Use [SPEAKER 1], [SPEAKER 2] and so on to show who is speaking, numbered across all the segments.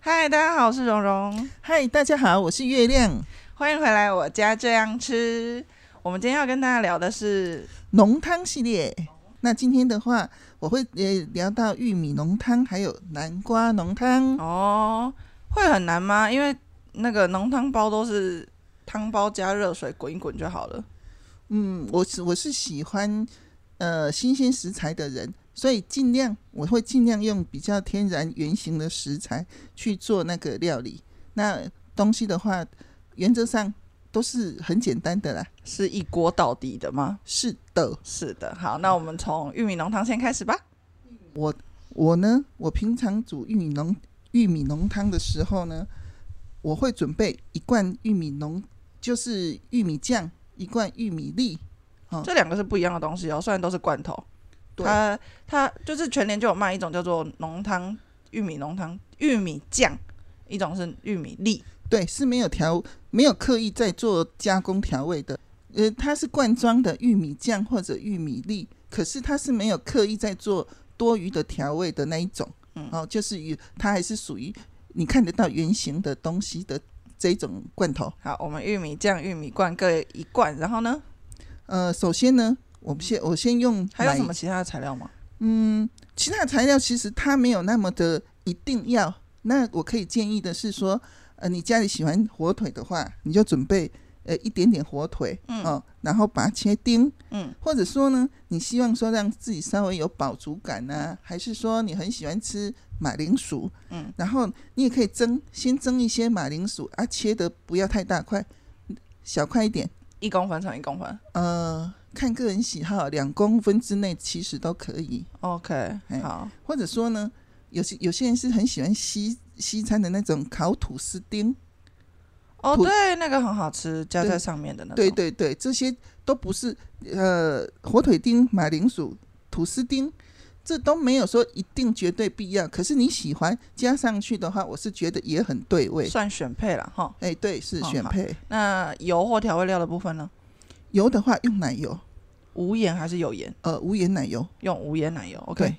[SPEAKER 1] 嗨，大家好，我是蓉蓉，
[SPEAKER 2] 嗨，大家好，我是月亮。
[SPEAKER 1] 欢迎回来我家这样吃。我们今天要跟大家聊的是，
[SPEAKER 2] 浓汤系列。那今天的话，我会呃聊到玉米浓汤，还有南瓜浓汤。
[SPEAKER 1] 哦，会很难吗？因为那个浓汤包都是汤包加热水滚一滚就好了。
[SPEAKER 2] 嗯，我是我是喜欢呃新鲜食材的人，所以尽量我会尽量用比较天然原型的食材去做那个料理。那东西的话，原则上都是很简单的啦。
[SPEAKER 1] 是一锅到底的吗？
[SPEAKER 2] 是的，
[SPEAKER 1] 是的。好，那我们从玉米浓汤先开始吧。
[SPEAKER 2] 我我呢，我平常煮玉米浓玉米浓汤的时候呢，我会准备一罐玉米浓，就是玉米酱，一罐玉米粒。
[SPEAKER 1] 这两个是不一样的东西哦，虽然都是罐头。
[SPEAKER 2] 对
[SPEAKER 1] 它它就是全年就有卖一种叫做浓汤玉米浓汤玉米酱，一种是玉米粒。
[SPEAKER 2] 对，是没有调，没有刻意在做加工调味的。呃，它是罐装的玉米酱或者玉米粒，可是它是没有刻意在做多余的调味的那一种。
[SPEAKER 1] 嗯
[SPEAKER 2] 哦，就是与它还是属于你看得到原型的东西的这一种罐头。
[SPEAKER 1] 好，我们玉米酱、玉米罐各一罐，然后呢，
[SPEAKER 2] 呃，首先呢，我们先我先用
[SPEAKER 1] 嗯还有
[SPEAKER 2] 奶
[SPEAKER 1] 什么其他的材料吗？
[SPEAKER 2] 嗯，其他的材料其实它没有那么的一定要。那我可以建议的是说，呃，你家里喜欢火腿的话，你就准备呃一点点火腿，
[SPEAKER 1] 嗯
[SPEAKER 2] 哦，然后把它切丁，
[SPEAKER 1] 嗯，
[SPEAKER 2] 或者说呢，你希望说让自己稍微有饱足感呢、还是说你很喜欢吃马铃薯，
[SPEAKER 1] 嗯，
[SPEAKER 2] 然后你也可以蒸，先蒸一些马铃薯啊，切的不要太大块，小块一点，
[SPEAKER 1] 一公分乘一公分。
[SPEAKER 2] 呃，看个人喜好，两公分之内其实都可以，
[SPEAKER 1] OK，
[SPEAKER 2] 哎
[SPEAKER 1] 嗯好，
[SPEAKER 2] 或者说呢，有些有些人是很喜欢西西餐的那种烤吐司丁，
[SPEAKER 1] 哦，
[SPEAKER 2] 土
[SPEAKER 1] 对，那个很好吃，加
[SPEAKER 2] 对
[SPEAKER 1] 在上面的那种。
[SPEAKER 2] 对对对，这些都不是呃火腿丁、马铃薯、吐司丁，这都没有说一定绝对必要。可是你喜欢加上去的话，我是觉得也很对味。
[SPEAKER 1] 算选配了哈。
[SPEAKER 2] 哎，对，是
[SPEAKER 1] 哦
[SPEAKER 2] 选
[SPEAKER 1] 好
[SPEAKER 2] 配、
[SPEAKER 1] 那油或调味料的部分呢？
[SPEAKER 2] 油的话用奶油，
[SPEAKER 1] 无盐还是有盐？
[SPEAKER 2] 呃，无盐奶油。
[SPEAKER 1] 用无盐奶油。OK
[SPEAKER 2] 对。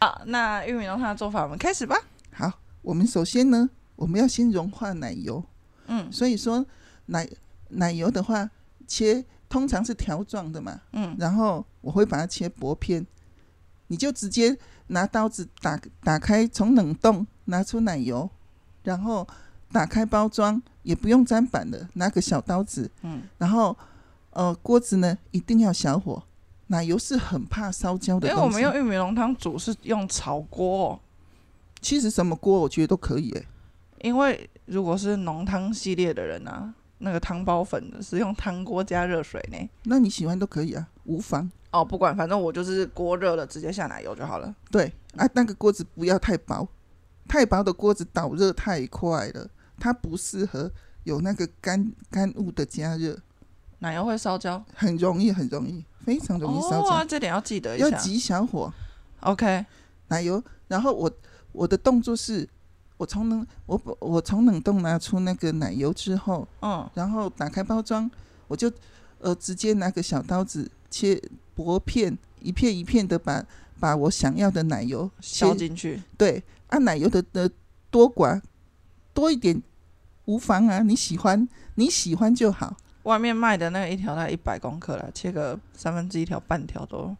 [SPEAKER 1] 好，那玉米浓汤的做法，我们开始吧。
[SPEAKER 2] 好，我们首先呢，我们要先融化奶油，
[SPEAKER 1] 嗯
[SPEAKER 2] 所以说奶奶油的话，切通常是条状的嘛，
[SPEAKER 1] 嗯，
[SPEAKER 2] 然后我会把它切薄片，你就直接拿刀子打打开，从冷冻拿出奶油，然后打开包装，也不用砧板了，拿个小刀子，
[SPEAKER 1] 嗯，
[SPEAKER 2] 然后呃锅子呢一定要小火，奶油是很怕烧焦
[SPEAKER 1] 因
[SPEAKER 2] 的
[SPEAKER 1] 为我
[SPEAKER 2] 东
[SPEAKER 1] 们
[SPEAKER 2] 西。
[SPEAKER 1] 用玉米浓汤煮是用炒锅、哦，
[SPEAKER 2] 其实什么锅我觉得都可以、欸，
[SPEAKER 1] 因为如果是浓汤系列的人啊，那个汤包粉的是用汤锅加热水呢。
[SPEAKER 2] 那你喜欢都可以啊，无妨。
[SPEAKER 1] 哦，不管，反正我就是锅热了，直接下奶油就好了。
[SPEAKER 2] 对啊，那个锅子不要太薄，太薄的锅子导热太快了，它不适合有那个干干物的加热。
[SPEAKER 1] 奶油会烧焦，
[SPEAKER 2] 很容易，很容易，非常容易烧
[SPEAKER 1] 哦
[SPEAKER 2] 焦，
[SPEAKER 1] 啊，这点要记得一
[SPEAKER 2] 要
[SPEAKER 1] 下。
[SPEAKER 2] 急小火，
[SPEAKER 1] OK，
[SPEAKER 2] 奶油。然后我我的动作是，我从冷我把我从冷冻拿出那个奶油之后，
[SPEAKER 1] 嗯
[SPEAKER 2] 然后打开包装，我就呃直接拿个小刀子切薄片，一片一片的把把我想要的奶油
[SPEAKER 1] 烧
[SPEAKER 2] 切
[SPEAKER 1] 进去。
[SPEAKER 2] 对，按、奶油的的多寡多一点无妨啊，你喜欢你喜欢就好。
[SPEAKER 1] 外面卖的那个一条大概一百公克啦，切个三分之一条、半条都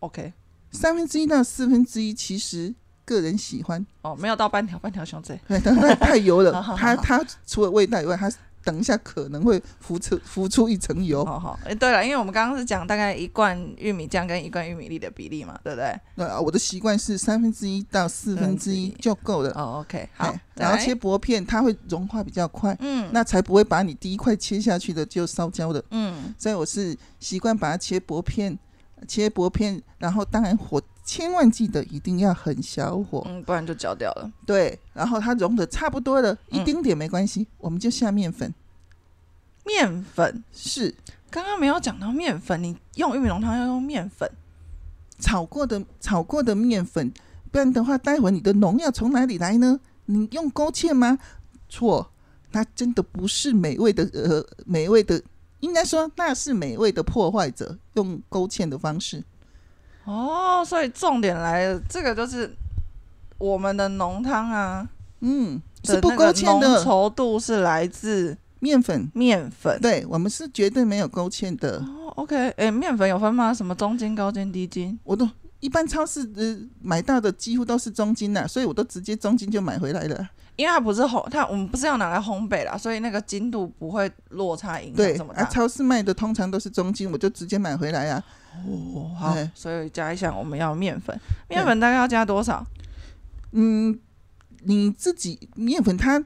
[SPEAKER 1] OK。
[SPEAKER 2] 三分之一到四分之一，其实个人喜欢。
[SPEAKER 1] 哦，没有到半条，半条熊仔。
[SPEAKER 2] 对，但它太油了
[SPEAKER 1] 好好好，
[SPEAKER 2] 它
[SPEAKER 1] 好
[SPEAKER 2] 它除了味道以外，它等一下可能会浮出浮出一层油。
[SPEAKER 1] 好好，哎、对了，因为我们刚刚是讲大概一罐玉米酱跟一罐玉米粒的比例嘛，对不对？
[SPEAKER 2] 那、啊我的习惯是三分之一到四分之一
[SPEAKER 1] 4
[SPEAKER 2] 就够了。
[SPEAKER 1] 哦，OK，好
[SPEAKER 2] 哎，
[SPEAKER 1] 再
[SPEAKER 2] 然后
[SPEAKER 1] 来
[SPEAKER 2] 切，薄片，它会融化比较快，
[SPEAKER 1] 嗯，
[SPEAKER 2] 那才不会把你第一块切下去的就烧焦了。
[SPEAKER 1] 嗯，
[SPEAKER 2] 所以我是习惯把它切薄片，切薄片，然后当然火千万记得一定要很小火。
[SPEAKER 1] 嗯，不然就焦掉了。
[SPEAKER 2] 对，然后它融的差不多了，一
[SPEAKER 1] 嗯
[SPEAKER 2] 丁点没关系，我们就下面粉。
[SPEAKER 1] 面粉，
[SPEAKER 2] 是
[SPEAKER 1] 刚刚没有讲到面粉，你用玉米浓汤要用面粉。
[SPEAKER 2] 炒过的炒过的面粉，不然的话，待会你的农药从哪里来呢？你用勾芡吗？错，那真的不是美味的，呃，美味的，应该说那是美味的破坏者，用勾芡的方式。
[SPEAKER 1] 哦，所以重点来了，这个就是我们的浓汤啊，
[SPEAKER 2] 嗯，
[SPEAKER 1] 的
[SPEAKER 2] 是不
[SPEAKER 1] 那个
[SPEAKER 2] 勾芡
[SPEAKER 1] 浓
[SPEAKER 2] 的
[SPEAKER 1] 稠度是来自
[SPEAKER 2] 面粉。
[SPEAKER 1] 面粉。
[SPEAKER 2] 对，我们是绝对没有勾芡的。
[SPEAKER 1] 哦，OK，哎、面粉有分吗？什么中筋、高筋、低筋？
[SPEAKER 2] 我都一般超市呃买到的几乎都是中筋啦，所以我都直接中筋就买回来了。
[SPEAKER 1] 因为它不是烘，它我们不是要拿来烘焙啦，所以那个精度不会落差影响
[SPEAKER 2] 对
[SPEAKER 1] 这么
[SPEAKER 2] 啊，
[SPEAKER 1] 大。
[SPEAKER 2] 超市卖的通常都是中筋，我就直接买回来啊。
[SPEAKER 1] 哦，好
[SPEAKER 2] 对，
[SPEAKER 1] 所以加一下我们要面粉，
[SPEAKER 2] 对
[SPEAKER 1] 面粉大概要加多少？
[SPEAKER 2] 嗯，你自己面粉它，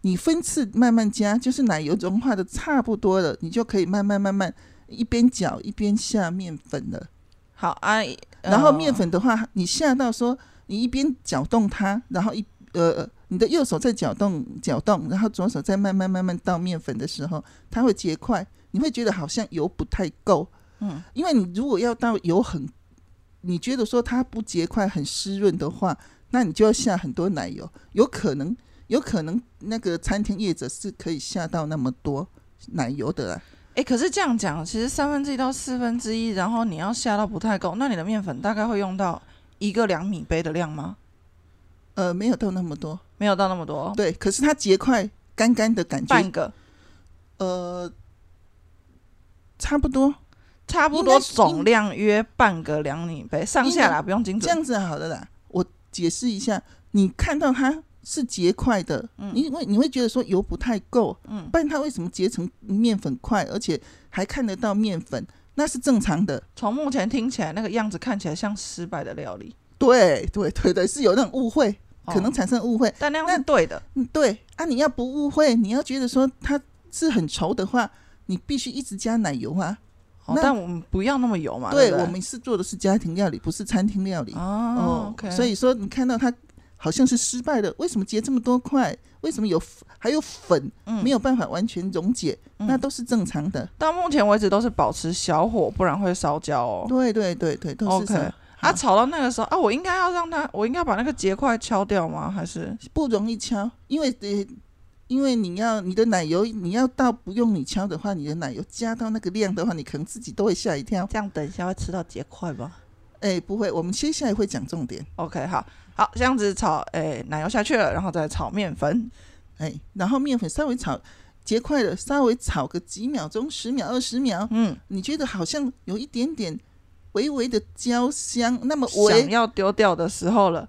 [SPEAKER 2] 你分次慢慢加，就是奶油融化的差不多了，你就可以慢慢慢慢一边搅一边下面粉了。
[SPEAKER 1] 好啊，呃
[SPEAKER 2] 然后面粉的话，你下到说你一边搅动它，然后一呃你的右手在搅动搅动，然后左手再慢慢慢慢倒面粉的时候，它会结块，你会觉得好像油不太够，
[SPEAKER 1] 嗯，
[SPEAKER 2] 因为你如果要到油很，你觉得说它不结块很湿润的话，那你就要下很多奶油，有可能有可能那个餐厅业者是可以下到那么多奶油的啦。
[SPEAKER 1] 哎、可是这样讲，其实三分之一到四分之一，然后你要下到不太够，那你的面粉大概会用到一个两米杯的量吗？
[SPEAKER 2] 呃，没有到那么多，
[SPEAKER 1] 没有到那么多，
[SPEAKER 2] 对，可是它结块干干的感觉
[SPEAKER 1] 半个
[SPEAKER 2] 呃，差不多
[SPEAKER 1] 差不
[SPEAKER 2] 应
[SPEAKER 1] 多
[SPEAKER 2] 该是
[SPEAKER 1] 总量约半个两米杯上下啦，不用精
[SPEAKER 2] 这
[SPEAKER 1] 准。
[SPEAKER 2] 样子好了啦。我解释一下，你看到它是结块的，你会你会觉得说油不太够，
[SPEAKER 1] 嗯，
[SPEAKER 2] 不然它为什么结成面粉块，而且还看得到面粉，那是正常的。
[SPEAKER 1] 从目前听起来那个样子看起来像失败的料理，
[SPEAKER 2] 对对对对，是有那种误会，
[SPEAKER 1] 哦
[SPEAKER 2] 可能产生误会。
[SPEAKER 1] 但那样
[SPEAKER 2] 那
[SPEAKER 1] 是对的。
[SPEAKER 2] 嗯，对啊，你要不误会，你要觉得说它是很稠的话，你必须一直加奶油啊。
[SPEAKER 1] 哦
[SPEAKER 2] 那
[SPEAKER 1] 但我们不要那么油嘛。
[SPEAKER 2] 对
[SPEAKER 1] 对不对，
[SPEAKER 2] 我们是做的是家庭料理，不是餐厅料理。
[SPEAKER 1] 哦
[SPEAKER 2] 哦
[SPEAKER 1] ，OK，
[SPEAKER 2] 所以说你看到它好像是失败的，为什么结这么多块？为什么有还有粉
[SPEAKER 1] 有
[SPEAKER 2] 没有办法完全溶解？那都是正常的。
[SPEAKER 1] 嗯到目前为止都是保持小火，不然会烧焦哦。
[SPEAKER 2] 对对对对，都是
[SPEAKER 1] OK，
[SPEAKER 2] 什么
[SPEAKER 1] 啊，
[SPEAKER 2] 好
[SPEAKER 1] 炒到那个时候啊，我应该要让它，我应该把那个结块敲掉吗？还是
[SPEAKER 2] 不容易敲，因为呃，因为你要你的奶油，你要到不用你敲的话，你的奶油加到那个量的话，你可能自己都会吓一跳。
[SPEAKER 1] 这样等一下会吃到结块吧
[SPEAKER 2] 哎，不会，我们接下来会讲重点。
[SPEAKER 1] ？OK，好好，这样子炒，诶、奶油下去了，然后再炒面粉。
[SPEAKER 2] 哎，然后面粉稍微炒结块了，稍微炒个几秒钟，十秒、二十秒，
[SPEAKER 1] 嗯，
[SPEAKER 2] 你觉得好像有一点点微微的焦香，那么
[SPEAKER 1] 想
[SPEAKER 2] 微
[SPEAKER 1] 要丢掉的时候了，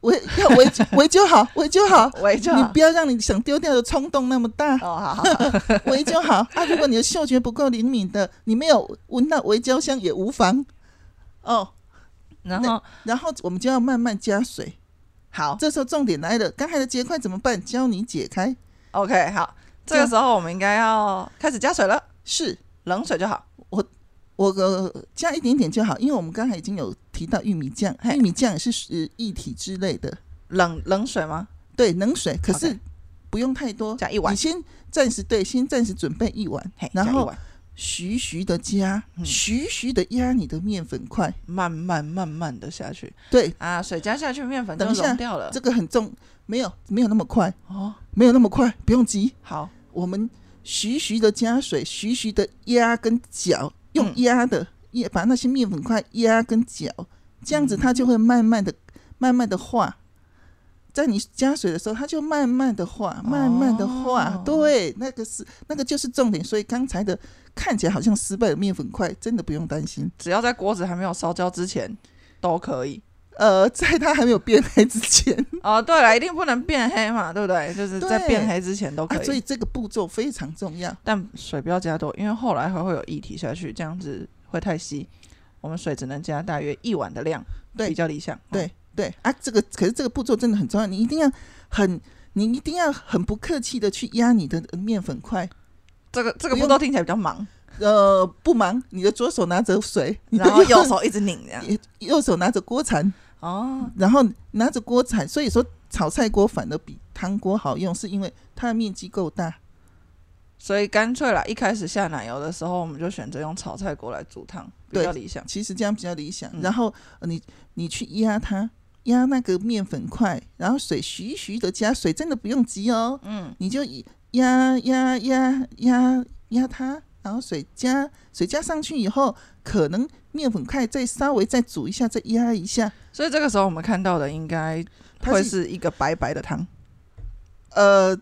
[SPEAKER 2] 微要微 微就好，微 就好，
[SPEAKER 1] 围着，
[SPEAKER 2] 你不要让你想丢掉的冲动那么大
[SPEAKER 1] 哦，好好好，
[SPEAKER 2] 微就好啊。如果你的嗅觉不够灵敏的，你没有闻到微焦香也无妨哦。
[SPEAKER 1] 然后
[SPEAKER 2] 然后我们就要慢慢加水，
[SPEAKER 1] 好
[SPEAKER 2] 这时候重点来了，刚才的结块怎么办？教你解开，
[SPEAKER 1] ，OK，好，这个时候我们应该要开始加水了，
[SPEAKER 2] 是
[SPEAKER 1] 冷水就好。
[SPEAKER 2] 我呃加一点点就好，因为我们刚才已经有提到玉米酱，玉米酱也是呃液体之类的，
[SPEAKER 1] 冷冷水吗？
[SPEAKER 2] 对，冷水，可是
[SPEAKER 1] OK
[SPEAKER 2] 不用太多，
[SPEAKER 1] 加一碗
[SPEAKER 2] 你，先暂时对，先暂时准备一碗
[SPEAKER 1] 嘿，
[SPEAKER 2] 然
[SPEAKER 1] 加一
[SPEAKER 2] 后
[SPEAKER 1] 碗
[SPEAKER 2] 徐徐的加，
[SPEAKER 1] 嗯
[SPEAKER 2] 徐徐的压你的面粉块。
[SPEAKER 1] 慢慢慢慢的下去
[SPEAKER 2] 对，
[SPEAKER 1] 啊，水加下去，面粉就
[SPEAKER 2] 等一下
[SPEAKER 1] 融掉了。
[SPEAKER 2] 这个很重，没有没有那么快，
[SPEAKER 1] 哦，
[SPEAKER 2] 没有那么快，不用急。
[SPEAKER 1] 好，
[SPEAKER 2] 我们徐徐的加水，徐徐的压跟搅，用
[SPEAKER 1] 嗯
[SPEAKER 2] 压的也、把那些面粉块压跟搅，这样子它就会慢慢的、慢慢的化。在你加水的时候，它就慢慢的化，慢慢的化。
[SPEAKER 1] 哦
[SPEAKER 2] 对，那个是那个就是重点。所以刚才的看起来好像失败的面粉块，真的不用担心。
[SPEAKER 1] 只要在锅子还没有烧焦之前都可以。
[SPEAKER 2] 呃，在它还没有变黑之前，
[SPEAKER 1] 哦，对了，一定不能变黑嘛，对不对？就是在
[SPEAKER 2] 对
[SPEAKER 1] 变黑之前都可
[SPEAKER 2] 啊，所
[SPEAKER 1] 以，
[SPEAKER 2] 以这个步骤非常重要。
[SPEAKER 1] 但水不要加多，因为后来还会有液体下去，这样子会太稀。我们水只能加大约一碗的量，
[SPEAKER 2] 对
[SPEAKER 1] 比较理想。嗯
[SPEAKER 2] 对对啊，这个可是这个步骤真的很重要，你一定要很，你一定要很不客气的去压你的呃面粉块。
[SPEAKER 1] 这个这个步
[SPEAKER 2] 不用
[SPEAKER 1] 骤听起来比较忙，
[SPEAKER 2] 呃，不忙，你的左手拿着水，你的
[SPEAKER 1] 然后右手一直拧 这样。
[SPEAKER 2] 右手拿着锅铲，
[SPEAKER 1] 哦，
[SPEAKER 2] 然后拿着锅铲，所以说炒菜锅反而比汤锅好用，是因为它的面积够大。
[SPEAKER 1] 所以干脆啦，一开始下奶油的时候，我们就选择用炒菜锅来煮汤，比
[SPEAKER 2] 对
[SPEAKER 1] 较理想。
[SPEAKER 2] 其实这样比较理想。
[SPEAKER 1] 嗯
[SPEAKER 2] 然后呃你你去压它，压那个面粉块，然后水徐徐的加水，真的不用急哦。
[SPEAKER 1] 嗯，
[SPEAKER 2] 你就以压压压压压它，然后水加水加上去以后，可能面粉块再稍微再煮一下，再压一下，
[SPEAKER 1] 所以这个时候我们看到的应该
[SPEAKER 2] 它
[SPEAKER 1] 会
[SPEAKER 2] 是
[SPEAKER 1] 是一个白白的汤。
[SPEAKER 2] 呃，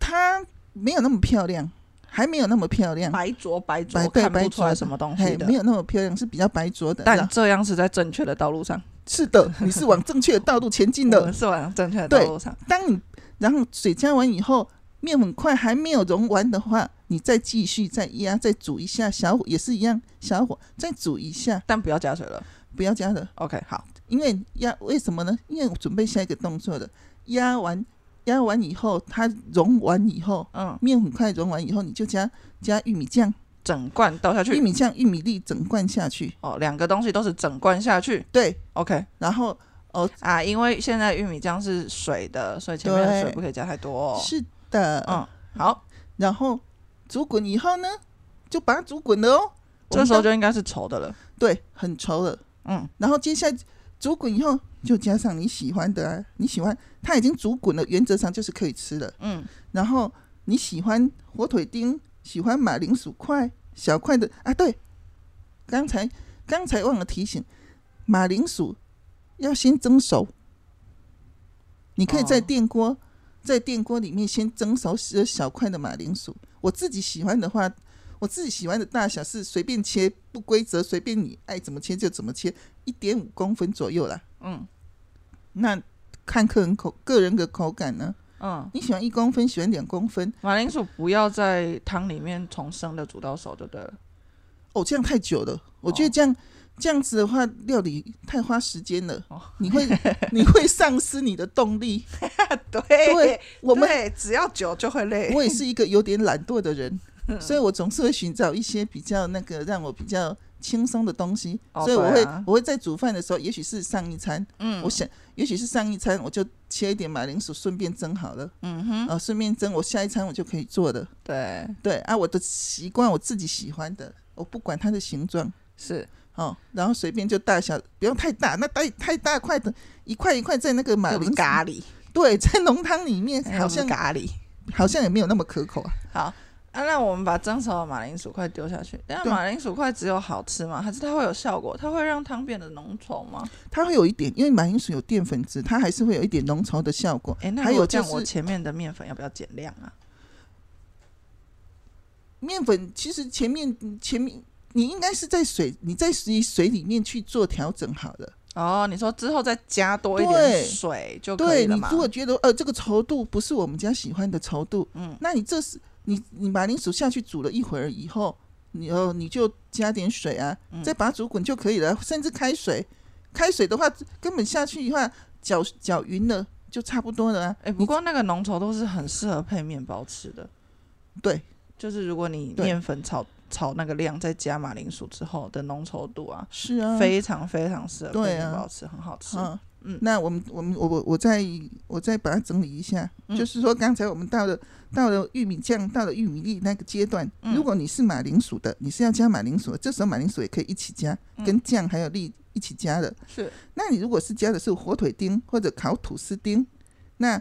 [SPEAKER 2] 它没有那么漂亮，还没有那么漂亮，
[SPEAKER 1] 白灼白灼
[SPEAKER 2] 白，对
[SPEAKER 1] 看不
[SPEAKER 2] 白
[SPEAKER 1] 出来
[SPEAKER 2] 灼
[SPEAKER 1] 什么东西
[SPEAKER 2] 嘿，
[SPEAKER 1] 的
[SPEAKER 2] 没。有那么漂亮，是比较白灼的。
[SPEAKER 1] 但这样是啊在正确的道路上，
[SPEAKER 2] 是的， 你是往正确的道路前进
[SPEAKER 1] 我
[SPEAKER 2] 的
[SPEAKER 1] 们。是往正确的道路上。
[SPEAKER 2] 当你然后水加完以后，面粉块还没有融完的话，你再继续再压再煮一下，小火也是一样，小火再煮一下，
[SPEAKER 1] 但不要加水了。
[SPEAKER 2] 不要加了，
[SPEAKER 1] OK，好，
[SPEAKER 2] 因为压为什么呢？因为我准备下一个动作了，压完压完以后，它融完以后，
[SPEAKER 1] 嗯，
[SPEAKER 2] 面粉块融完以后，你就加加玉米酱，
[SPEAKER 1] 整罐倒下
[SPEAKER 2] 玉
[SPEAKER 1] 去。
[SPEAKER 2] 米酱、玉米粒整罐下去，
[SPEAKER 1] 哦，两个东西都是整罐下去。
[SPEAKER 2] 对，
[SPEAKER 1] OK
[SPEAKER 2] 然后
[SPEAKER 1] 啊，因为现在玉米酱是水的，所以前面的
[SPEAKER 2] 对
[SPEAKER 1] 水不可以加太多、哦。
[SPEAKER 2] 是的，
[SPEAKER 1] 嗯，好，
[SPEAKER 2] 然后煮滚以后呢，就把它煮滚了哦。我
[SPEAKER 1] 这
[SPEAKER 2] 们
[SPEAKER 1] 时候
[SPEAKER 2] 当
[SPEAKER 1] 就应该是稠的了。
[SPEAKER 2] 对，很稠了。
[SPEAKER 1] 嗯，
[SPEAKER 2] 然后接下来煮滚以后，就加上你喜欢的、啊，你喜欢它已经煮滚了，原则上就是可以吃了。
[SPEAKER 1] 嗯，
[SPEAKER 2] 然后你喜欢火腿丁，喜欢马铃薯块，小块的啊，对，刚才刚才忘了提醒，马铃薯要先蒸熟，你可以在
[SPEAKER 1] 哦
[SPEAKER 2] 电锅、在电锅里面先蒸熟十小块的马铃薯。我自己喜欢的话，我自己喜欢的大小是随便切，不规则，随便你爱怎么切就怎么切，一点五公分左右啦。
[SPEAKER 1] 嗯
[SPEAKER 2] 那看个人口个人的口感呢？
[SPEAKER 1] 嗯，
[SPEAKER 2] 你喜欢一公分，喜欢两公分，
[SPEAKER 1] 马铃薯不要在汤里面从生的煮到熟就对了。
[SPEAKER 2] 哦，这样太久了。我觉得
[SPEAKER 1] 哦
[SPEAKER 2] 这样、这样子的话，料理太花时间了，
[SPEAKER 1] 哦
[SPEAKER 2] 你会你会丧失你的动力。
[SPEAKER 1] 对，
[SPEAKER 2] 对，我们
[SPEAKER 1] 对只要久就会累。
[SPEAKER 2] 我也是一个有点懒惰的 人，所以我总是会寻找一些比较那个让我比较轻松的东西。
[SPEAKER 1] 哦
[SPEAKER 2] 所以我会、
[SPEAKER 1] 对啊
[SPEAKER 2] 我会在煮饭的时候，也许是上一餐，
[SPEAKER 1] 嗯
[SPEAKER 2] 我想也许是上一餐我就切一点马铃薯，顺便蒸好了，
[SPEAKER 1] 嗯哼，
[SPEAKER 2] 啊，顺便蒸，我下一餐我就可以做的。
[SPEAKER 1] 对，
[SPEAKER 2] 对啊，我的习惯我自己喜欢的，我不管它的形状。
[SPEAKER 1] 是
[SPEAKER 2] 哦，然后随便就大小，不要太大，那太太大块的，一块一块在那个马
[SPEAKER 1] 又
[SPEAKER 2] 铃
[SPEAKER 1] 不是
[SPEAKER 2] 薯，
[SPEAKER 1] 咖喱，
[SPEAKER 2] 对，在浓汤里面
[SPEAKER 1] 哎
[SPEAKER 2] 好
[SPEAKER 1] 又不是
[SPEAKER 2] 像
[SPEAKER 1] 咖喱。
[SPEAKER 2] 好像也没有那么可口啊。
[SPEAKER 1] 好，啊，那我们把蒸熟的马铃薯块丢下去。但
[SPEAKER 2] 对
[SPEAKER 1] 马铃薯块只有好吃吗？还是它会有效果？它会让汤变得浓稠吗？
[SPEAKER 2] 它会有一点，因为马铃薯有淀粉质，它还是会有一点浓稠的效果。
[SPEAKER 1] 哎、那
[SPEAKER 2] 还
[SPEAKER 1] 如果
[SPEAKER 2] 有
[SPEAKER 1] 这
[SPEAKER 2] 就
[SPEAKER 1] 样，我
[SPEAKER 2] 是
[SPEAKER 1] 前面的面粉要不要减量啊？
[SPEAKER 2] 面粉，其实前面前面你应该是在水，你在水水里面去做调整好了。
[SPEAKER 1] 哦，你说之后再加多一
[SPEAKER 2] 对
[SPEAKER 1] 点水就可以
[SPEAKER 2] 对
[SPEAKER 1] 了
[SPEAKER 2] 你
[SPEAKER 1] 嘛？
[SPEAKER 2] 如果觉得呃这个稠度不是我们家喜欢的稠度，
[SPEAKER 1] 嗯，
[SPEAKER 2] 那你这是你你马铃薯下去煮了一会儿以后，你呃你就加点水啊，
[SPEAKER 1] 嗯
[SPEAKER 2] 再把它煮滚就可以了，甚至开水。开水的话，根本下去的话，搅搅匀了就差不多了啊。
[SPEAKER 1] 哎、不过那个浓稠都是很适合配面包吃的。
[SPEAKER 2] 对，
[SPEAKER 1] 就是如果你
[SPEAKER 2] 对
[SPEAKER 1] 面粉炒炒那个量，再加马铃薯之后的浓稠度啊，
[SPEAKER 2] 是啊，
[SPEAKER 1] 非常非常适合配
[SPEAKER 2] 对啊
[SPEAKER 1] 面包吃，很好吃。
[SPEAKER 2] 啊，
[SPEAKER 1] 嗯
[SPEAKER 2] 那我们我们我我我再我再把它整理一下，
[SPEAKER 1] 嗯
[SPEAKER 2] 就是说刚才我们到了到了玉米酱到了玉米粒那个阶段，
[SPEAKER 1] 嗯
[SPEAKER 2] 如果你是马铃薯的，你是要加马铃薯的，这时候马铃薯也可以一起加，
[SPEAKER 1] 嗯
[SPEAKER 2] 跟酱还有粒一起加的。
[SPEAKER 1] 是，
[SPEAKER 2] 那你如果是加的是火腿丁或者烤吐司丁，那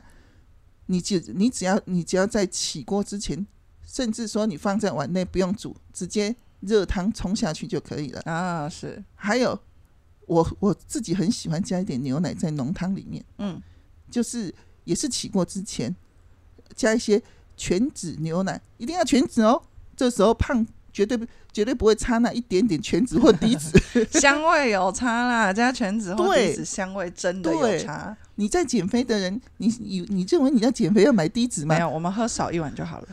[SPEAKER 2] 你只你只要你只要在起锅之前，甚至说你放在碗内不用煮，直接热汤冲下去就可以了。
[SPEAKER 1] 啊，是，
[SPEAKER 2] 还有，我我自己很喜欢加一点牛奶在浓汤里面，
[SPEAKER 1] 嗯，
[SPEAKER 2] 就是也是起锅之前加一些全脂牛奶，一定要全脂哦。这时候胖绝对不绝对不会差那一点点全脂或低 脂。
[SPEAKER 1] 香味有差啦，加全脂或
[SPEAKER 2] 对
[SPEAKER 1] 低脂香味真的有
[SPEAKER 2] 对
[SPEAKER 1] 差。
[SPEAKER 2] 你在减肥的人，你你你认为你要减肥要买低脂吗
[SPEAKER 1] 没？有，我们喝少一碗就好了。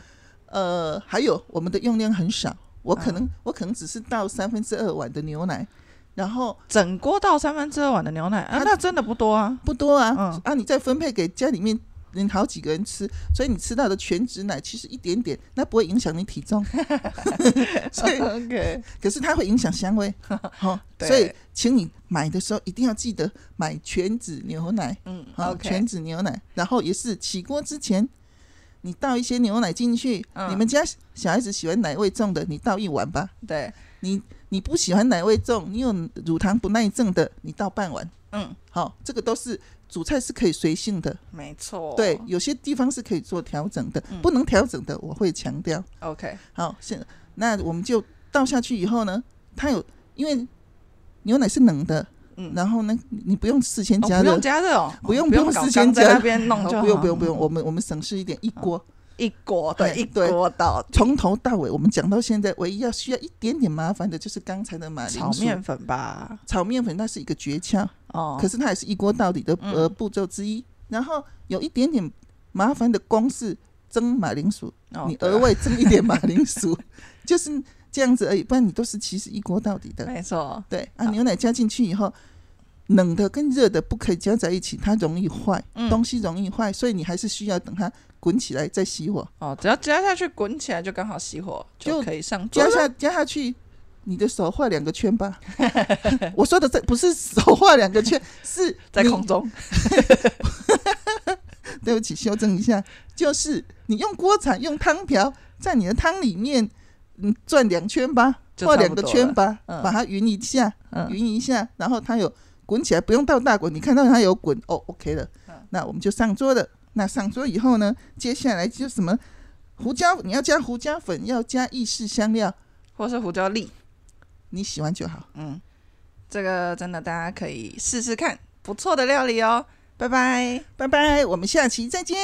[SPEAKER 2] 呃，还有我们的用量很少，我可
[SPEAKER 1] 嗯
[SPEAKER 2] 能、我可能只是倒三分之二碗的牛奶，然后
[SPEAKER 1] 整锅倒三分之二碗的牛奶啊，
[SPEAKER 2] 它
[SPEAKER 1] 那真的不多啊。
[SPEAKER 2] 不多啊，
[SPEAKER 1] 嗯
[SPEAKER 2] 啊，你再分配给家里面人好几个人吃，所以你吃到的全脂奶其实一点点，那不会影响你体 重， 所以
[SPEAKER 1] OK，
[SPEAKER 2] 可是它会影响 香味，哦，
[SPEAKER 1] 对
[SPEAKER 2] 所以请你买的时候一定要记得买全脂牛奶，
[SPEAKER 1] 嗯
[SPEAKER 2] 好，
[SPEAKER 1] ，OK，
[SPEAKER 2] 全脂牛奶，然后也是起锅之前，你倒一些牛奶进去。
[SPEAKER 1] 嗯
[SPEAKER 2] 你们家小孩子喜欢奶味重的，你倒一碗吧。
[SPEAKER 1] 对，
[SPEAKER 2] 你不喜欢奶味重，你有乳糖不耐症的，你倒半碗。
[SPEAKER 1] 嗯，
[SPEAKER 2] 好、这个都是主菜是可以随性的，
[SPEAKER 1] 没错，
[SPEAKER 2] 对，有些地方是可以做调整的，
[SPEAKER 1] 哦嗯
[SPEAKER 2] 不能调整的我会强调。
[SPEAKER 1] ，OK，
[SPEAKER 2] 好，现那我们就倒下去以后呢，它有因为牛奶是冷的，
[SPEAKER 1] 嗯
[SPEAKER 2] 然后呢，你不用事先
[SPEAKER 1] 哦
[SPEAKER 2] 加
[SPEAKER 1] 不
[SPEAKER 2] 热
[SPEAKER 1] 用，加热哦，
[SPEAKER 2] 不用
[SPEAKER 1] 哦不
[SPEAKER 2] 不用
[SPEAKER 1] 搞
[SPEAKER 2] 事先
[SPEAKER 1] 刚在
[SPEAKER 2] 加
[SPEAKER 1] 那边弄
[SPEAKER 2] 好
[SPEAKER 1] 就好，嗯
[SPEAKER 2] 不用不用不用，我们我们省事一点，一
[SPEAKER 1] 好
[SPEAKER 2] 锅
[SPEAKER 1] 一锅
[SPEAKER 2] 哎
[SPEAKER 1] 对一
[SPEAKER 2] 对
[SPEAKER 1] 锅到
[SPEAKER 2] 从头到尾，我们讲到现在，唯一要需要一点点麻烦的就是刚才的马铃
[SPEAKER 1] 炒
[SPEAKER 2] 薯
[SPEAKER 1] 面粉吧，
[SPEAKER 2] 炒面粉，它是一个诀窍，
[SPEAKER 1] 哦，嗯
[SPEAKER 2] 可是它也是一锅到底的呃步骤之一。然后有一点点麻烦的公式，蒸马铃薯，
[SPEAKER 1] 哦
[SPEAKER 2] 你
[SPEAKER 1] 对啊
[SPEAKER 2] 额外蒸一点马铃 薯，就是这样子而已，不然你都是其实一锅到底的。
[SPEAKER 1] 没错，
[SPEAKER 2] 对啊，
[SPEAKER 1] 哎好
[SPEAKER 2] 牛奶加进去以后，冷的跟热的不可以加在一起，它容易坏，
[SPEAKER 1] 嗯
[SPEAKER 2] 东西容易坏，所以你还是需要等它滚起来再熄火。
[SPEAKER 1] 哦，只要加下去滚起来就刚好熄火，
[SPEAKER 2] 就
[SPEAKER 1] 就可以上桌
[SPEAKER 2] 加
[SPEAKER 1] 了。
[SPEAKER 2] 下加下去，你的手画两个 圈吧。我说的这不是手画两个圈，是
[SPEAKER 1] 在
[SPEAKER 2] 你
[SPEAKER 1] 空。中，
[SPEAKER 2] 对不起，修正一下，就是你用锅铲用汤瓢在你的汤里面，嗯，转两圈吧，
[SPEAKER 1] 就
[SPEAKER 2] 画
[SPEAKER 1] 差
[SPEAKER 2] 两
[SPEAKER 1] 不
[SPEAKER 2] 个
[SPEAKER 1] 多
[SPEAKER 2] 圈
[SPEAKER 1] 了
[SPEAKER 2] 吧，
[SPEAKER 1] 嗯
[SPEAKER 2] 把它匀一下，
[SPEAKER 1] 嗯，
[SPEAKER 2] 匀一下，然后它有滚起来，不用到大滚，你看到它有滚，哦，OK 了
[SPEAKER 1] 嗯，
[SPEAKER 2] 那我们就上桌了。那上桌以后呢，接下来就什么胡椒，你要加胡椒粉，要加意式香料，
[SPEAKER 1] 或是胡椒粒，
[SPEAKER 2] 你喜欢就好。
[SPEAKER 1] 嗯，这个真的大家可以试试看，不错的料理哦，拜拜。
[SPEAKER 2] 拜拜，我们下期再见。